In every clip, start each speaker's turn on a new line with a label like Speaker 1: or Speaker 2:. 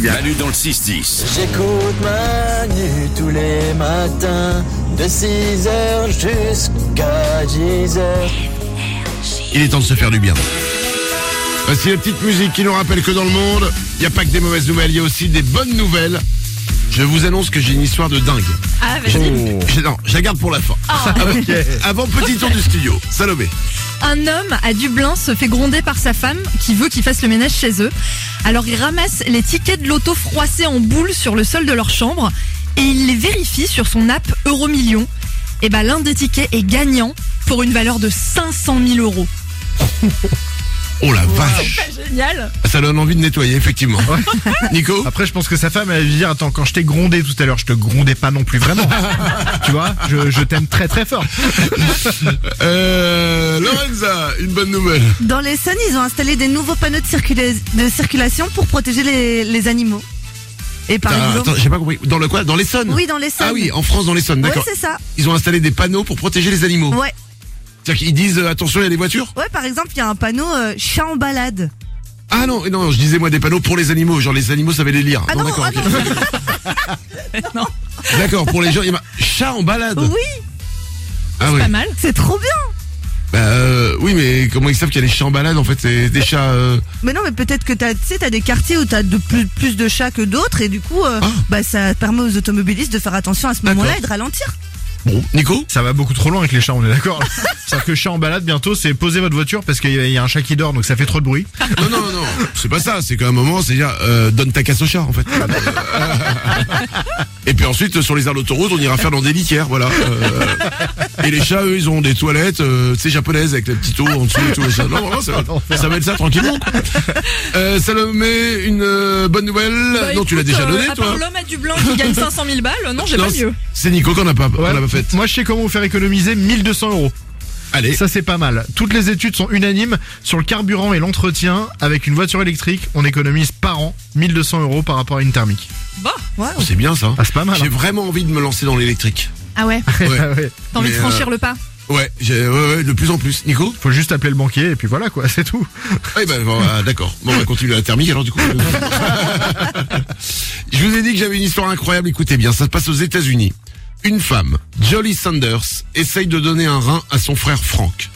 Speaker 1: bien.
Speaker 2: Manu dans le 6-10.
Speaker 3: J'écoute Manu tous les matins, de 6h jusqu'à 10h.
Speaker 4: Il est temps de se faire du bien. Voici la petite musique qui nous rappelle que dans le monde, il n'y a pas que des mauvaises nouvelles, il y a aussi des bonnes nouvelles. Je vous annonce que j'ai une histoire de dingue.
Speaker 5: Ah, vas-y.
Speaker 4: Je- non, je la garde pour la fin.
Speaker 6: Ah.
Speaker 4: Avant petit tour du studio, Salomé.
Speaker 5: Un homme à Dublin se fait gronder par sa femme qui veut qu'il fasse le ménage chez eux. Alors il ramasse les tickets de loto froissés en boule sur le sol de leur chambre et il les vérifie sur son app Euromillion. Et ben l'un des tickets est gagnant pour une valeur de 500 000 euros.
Speaker 4: Oh la vache Ah,
Speaker 5: Génial
Speaker 4: Ça donne envie de nettoyer, effectivement. Nico
Speaker 1: Après, je pense que sa femme, elle va lui dire, attends, quand je t'ai grondé tout à l'heure, je te grondais pas non plus vraiment. tu vois, je, je t'aime très très fort.
Speaker 4: euh, Lorenza, une bonne nouvelle.
Speaker 6: Dans les l'Essonne, ils ont installé des nouveaux panneaux de, circula- de circulation pour protéger les, les animaux. Et par
Speaker 4: Ah,
Speaker 6: exemple,
Speaker 4: attends, j'ai pas compris. Dans le quoi Dans l'Essonne
Speaker 6: oui, dans les l'Essonne.
Speaker 4: Ah oui, en France, dans l'Essonne,
Speaker 6: Ouais,
Speaker 4: d'accord.
Speaker 6: c'est ça.
Speaker 4: Ils ont installé des panneaux pour protéger les animaux.
Speaker 6: Ouais.
Speaker 4: C'est-à-dire qu'ils disent, euh, attention, il y a des voitures
Speaker 6: Ouais, par exemple, il y a un panneau euh, chat en balade.
Speaker 4: Ah non, non, je disais, moi, des panneaux pour les animaux. Genre, les animaux, ça va les lire.
Speaker 6: Ah non,
Speaker 4: d'accord.
Speaker 6: ah
Speaker 4: ok. D'accord, pour les gens, il y a ma- chat en balade.
Speaker 6: Oui,
Speaker 4: ah oui.
Speaker 5: Pas mal.
Speaker 6: c'est trop bien.
Speaker 4: Bah, euh, oui, mais comment ils savent qu'il y a des chats en balade en fait C'est des chats. euh,
Speaker 6: Mais non, mais peut-être que t'as, tu sais, t'as des quartiers où t'as de plus, plus de chats que d'autres et du coup, euh,
Speaker 4: Ah.
Speaker 6: bah ça permet aux automobilistes de faire attention à ce
Speaker 4: D'accord.
Speaker 6: moment-là et de ralentir.
Speaker 4: Bon, Nico
Speaker 1: Ça va beaucoup trop loin avec les chats, on est d'accord. C'est-à-dire que chat en balade, bientôt, c'est poser votre voiture parce qu'il y a- il y a un chat qui dort, donc ça fait trop de bruit.
Speaker 4: Non, non, non, non. C'est pas ça. C'est qu'à un moment, c'est dire euh, donne ta casse au chat en fait. Euh, Et puis ensuite, sur les aires d'autoroute, on ira faire dans des litières, voilà. Euh, et les chats, eux, ils ont des toilettes, euh, tu sais, japonaises avec les petits eau en dessous et tout. et ça. Non, vraiment, ça, va- ça va être ça tranquillement. quoi. Euh, Salomé, une euh, bonne nouvelle.
Speaker 5: Bah,
Speaker 4: non, tu l'as
Speaker 5: écoute,
Speaker 4: déjà
Speaker 5: euh,
Speaker 4: donnée,
Speaker 5: à part
Speaker 4: toi.
Speaker 5: l'homme à Dublin qui gagne 500 000 balles, non, j'ai
Speaker 4: Non,
Speaker 5: pas mieux.
Speaker 4: c'est Nico qu'on n'a pas, qu'on
Speaker 1: Ouais.
Speaker 4: n'a pas faite.
Speaker 1: Moi, je sais comment vous faire économiser 1200 euros.
Speaker 4: Allez.
Speaker 1: Ça, c'est pas mal. Toutes les études sont unanimes sur le carburant et l'entretien. Avec une voiture électrique, on économise par an 1200 euros par rapport à une thermique.
Speaker 5: Bah,
Speaker 4: Oh, C'est hein. bien ça.
Speaker 1: Ah, c'est pas mal.
Speaker 4: J'ai vraiment envie de me lancer dans l'électrique.
Speaker 5: ah ouais,
Speaker 1: hein.
Speaker 4: Ouais.
Speaker 1: Ah ouais.
Speaker 5: t'as envie de
Speaker 4: Mais, euh,
Speaker 5: franchir le pas.
Speaker 4: Ouais, j'ai- ouais, ouais, de plus en plus. Nico
Speaker 1: Faut juste appeler le banquier et puis voilà quoi, c'est tout.
Speaker 4: Oui, ben bon, ah, d'accord. Bon, on va continuer la thermique alors du coup. Je vous ai dit que j'avais une histoire incroyable. Écoutez bien, ça se passe aux États-Unis. Une femme, Jolly Sanders, essaye de donner un rein à son frère Frank.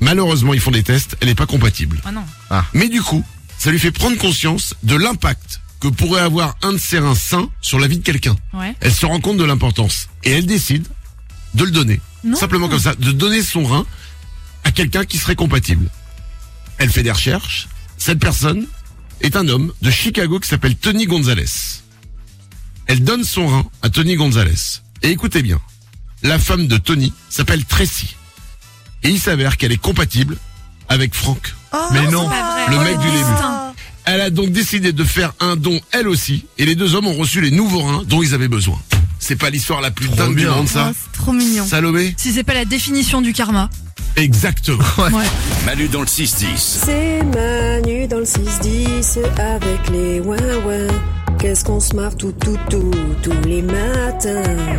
Speaker 4: Malheureusement, ils font des tests, elle n'est pas compatible.
Speaker 5: Ah non.
Speaker 4: Mais du coup, ça lui fait prendre conscience de l'impact que pourrait avoir un de ses reins sains sur la vie de quelqu'un.
Speaker 5: Ouais.
Speaker 4: Elle se rend compte de l'importance et elle décide de le donner.
Speaker 5: Non.
Speaker 4: Simplement comme ça, de donner son rein à quelqu'un qui serait compatible. Elle fait des recherches. Cette personne est un homme de Chicago qui s'appelle Tony Gonzalez. Elle donne son rein à Tony Gonzalez. Et écoutez bien, la femme de Tony s'appelle Tracy. Et il s'avère qu'elle est compatible avec Franck.
Speaker 1: Mais non.
Speaker 5: Pas
Speaker 4: Le
Speaker 5: vrai.
Speaker 4: mec
Speaker 5: Oh
Speaker 4: du début. Elle a donc décidé de faire un don elle aussi, et les deux hommes ont reçu les nouveaux reins dont ils avaient besoin. C'est pas l'histoire la plus dingue du
Speaker 1: bien.
Speaker 4: monde, ça
Speaker 6: Oh, c'est trop mignon.
Speaker 4: Salomé
Speaker 5: Si c'est pas la définition du karma.
Speaker 4: Exactement.
Speaker 2: Manu dans le 6-10.
Speaker 7: C'est Manu dans le 6-10 avec les ouin-ouin. Qu'est-ce qu'on se marre tout, tout, tout, tous les matins.